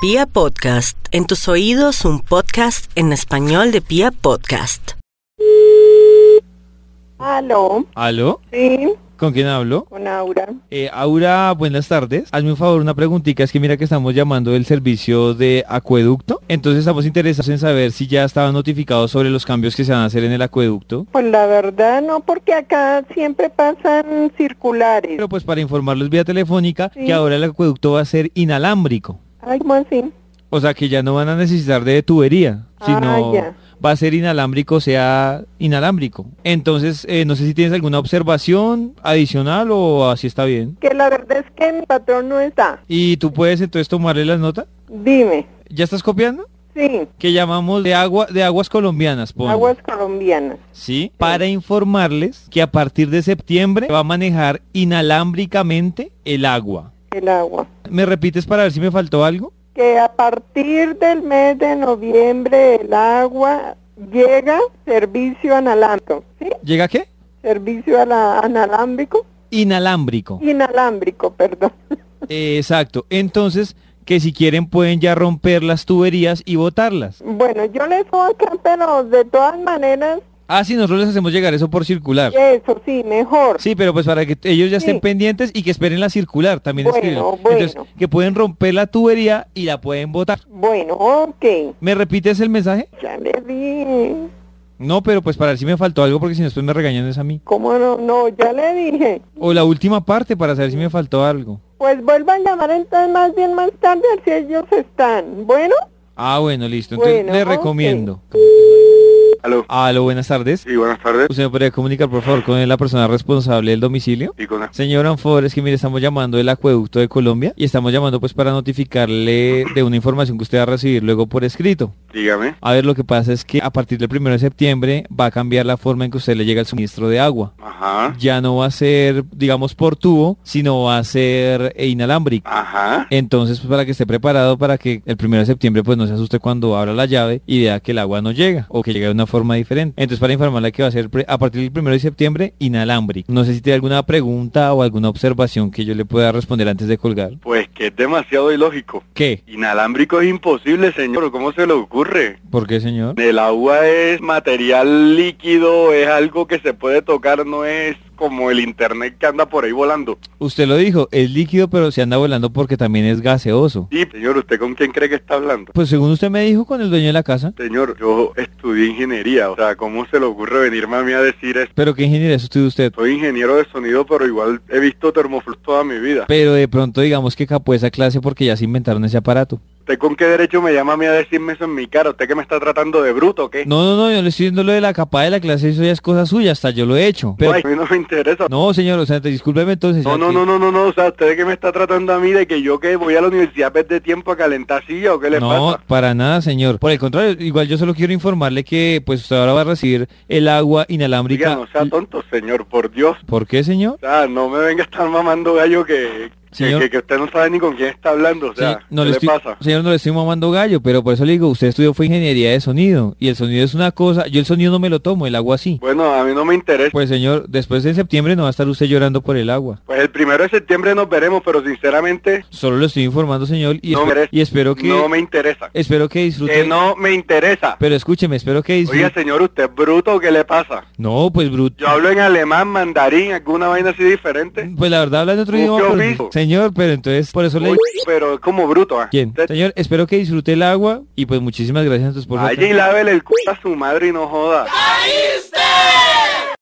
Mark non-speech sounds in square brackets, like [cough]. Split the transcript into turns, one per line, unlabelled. Pia Podcast, en tus oídos un podcast en español de Pia Podcast.
Aló,
¿Aló?
sí,
¿Con quién hablo?
con Aura.
Eh, Aura, buenas tardes. Hazme un favor, una preguntita. Es que mira que estamos llamando del servicio de acueducto. Entonces estamos interesados en saber si ya estaban notificados sobre los cambios que se van a hacer en el acueducto.
Pues la verdad no, porque acá siempre pasan circulares.
Pero pues para informarlos vía telefónica
Sí.
que ahora el acueducto va a ser inalámbrico.
Ay, ¿cómo así?
O sea que ya no van a necesitar de tubería, sino
Ah, ya.
va a ser inalámbrico, o sea inalámbrico. Entonces, eh, no sé si tienes alguna observación adicional o así está bien.
Que la verdad es que mi patrón no está.
¿Y tú puedes entonces tomarle las notas?
Dime,
¿Ya estás copiando?
sí,
que llamamos de agua de aguas colombianas, ponle.
aguas colombianas.
sí, para informarles que a partir de septiembre va a manejar inalámbricamente el agua.
El agua.
¿Me repites para ver si me faltó algo?
Que a partir del mes de noviembre el agua llega servicio analámbrico. ¿Sí?
¿Llega qué?
Servicio a la- analámbrico.
Inalámbrico.
Inalámbrico, perdón. [laughs]
Eh, exacto. Entonces, que si quieren pueden ya romper las tuberías y botarlas.
Bueno, yo les voy acá, pero de todas maneras,
Ah, sí, nosotros les hacemos llegar eso por circular.
eso sí, mejor.
Sí, pero pues para que ellos ya estén
Sí.
pendientes y que esperen la circular, también
Bueno,
escriben.
bueno.
Entonces, que pueden romper la tubería y la pueden botar.
Bueno, ok.
¿Me repites el mensaje?
Ya le dije.
No, pero pues para ver si me faltó algo, porque si no después me regañan es a mí.
¿Cómo no? No, ya le dije.
O la última parte para saber si me faltó algo.
Pues vuelvan a llamar entonces más bien más tarde si ellos están. Bueno,
Ah, bueno, listo. Entonces
Bueno,
le
ok.
recomiendo.
Aló.
Aló, buenas tardes.
Sí, buenas tardes.
¿Usted me podría comunicar, por favor, con la persona responsable del domicilio?
Y con la-
Señor Anfor, es que mire, estamos llamando del acueducto de Colombia y estamos llamando pues para notificarle de una información que usted va a recibir luego por escrito.
Dígame.
A ver, lo que pasa es que a partir del 1 de septiembre va a cambiar la forma en que usted le llega el suministro de agua.
Ajá.
Ya no va a ser, digamos, por tubo, sino va a ser eh, inalámbrico.
Ajá.
Entonces, pues, para que esté preparado para que el primero de septiembre pues no se asuste cuando abra la llave y vea que el agua no llega o que llega de una forma diferente. Entonces, para informarle que va a ser pre- a partir del primero de septiembre inalámbrico. No sé si tiene alguna pregunta o alguna observación que yo le pueda responder antes de colgar.
Pues que es demasiado ilógico.
¿Qué?
Inalámbrico es imposible, señor. ¿Cómo se le ocurre?
¿Por qué, señor?
El agua es material líquido, es algo que se puede tocar, no es como el internet que anda por ahí volando.
Usted lo dijo, es líquido pero se anda volando porque también es gaseoso.
Sí, señor, ¿usted con quién cree que está hablando?
Pues según usted me dijo con el dueño de la casa.
Señor, yo estudié ingeniería, o sea, ¿cómo se le ocurre venirme a mí a decir eso?
Pero qué ingeniería estudió usted.
Soy ingeniero de sonido, pero igual he visto termoflux toda mi vida.
Pero de pronto digamos que capó esa clase porque ya se inventaron ese aparato.
¿Usted con qué derecho me llama a mí a decirme eso en mi cara? ¿Usted que me está tratando de bruto o qué?
No, no, no, yo le estoy diciendo lo de la capa de la clase, eso ya es cosa suya, hasta yo lo he hecho. Pero,
No, a mí no me interesa.
no, señor, o sea, te- discúlpeme entonces.
No, no, no, no, no, no, o sea, ¿usted de qué me está tratando a mí de que yo que voy a la universidad de tiempo a calentar silla o qué le
No,
pasa?
para nada, señor. Por el contrario, igual yo solo quiero informarle que pues usted ahora va a recibir el agua inalámbrica.
Diga, no sea tonto, señor, por Dios.
¿Por qué, señor?
O sea, no me venga a estar mamando gallo que, que,
Señor.
que- que usted no sabe ni con quién está hablando, o sea,
Sí, no
¿qué
le
le
estoy-
pasa?
Señor, no le estoy mamando gallo, pero por eso le digo, usted estudió fue ingeniería de sonido y el sonido es una cosa, yo el sonido no me lo tomo, el agua sí.
Bueno, a mí no me interesa.
Pues señor, después de septiembre no va a estar usted llorando por el agua.
Pues el primero de septiembre nos veremos, pero sinceramente
Solo le estoy informando, señor, y,
no,
espe-
me-
y espero que
no me interesa.
espero que disfrute.
Que no me interesa.
Pero escúcheme, espero que disfrute.
Oiga, señor, ¿usted es bruto o qué le pasa?
No, pues bruto.
Yo hablo en alemán, mandarín, alguna vaina así diferente.
Pues la verdad habla en otro
Uy,
idioma.
qué
pero-
obispo.
Señor, pero entonces por eso le
Uy, pero es como bruto, ¿ah?
¿Quién?
Usted-
Señor, espero que disfrute el agua y pues muchísimas gracias entonces por su
Vaya y
atención.
lávele el c*** a su madre y no joda.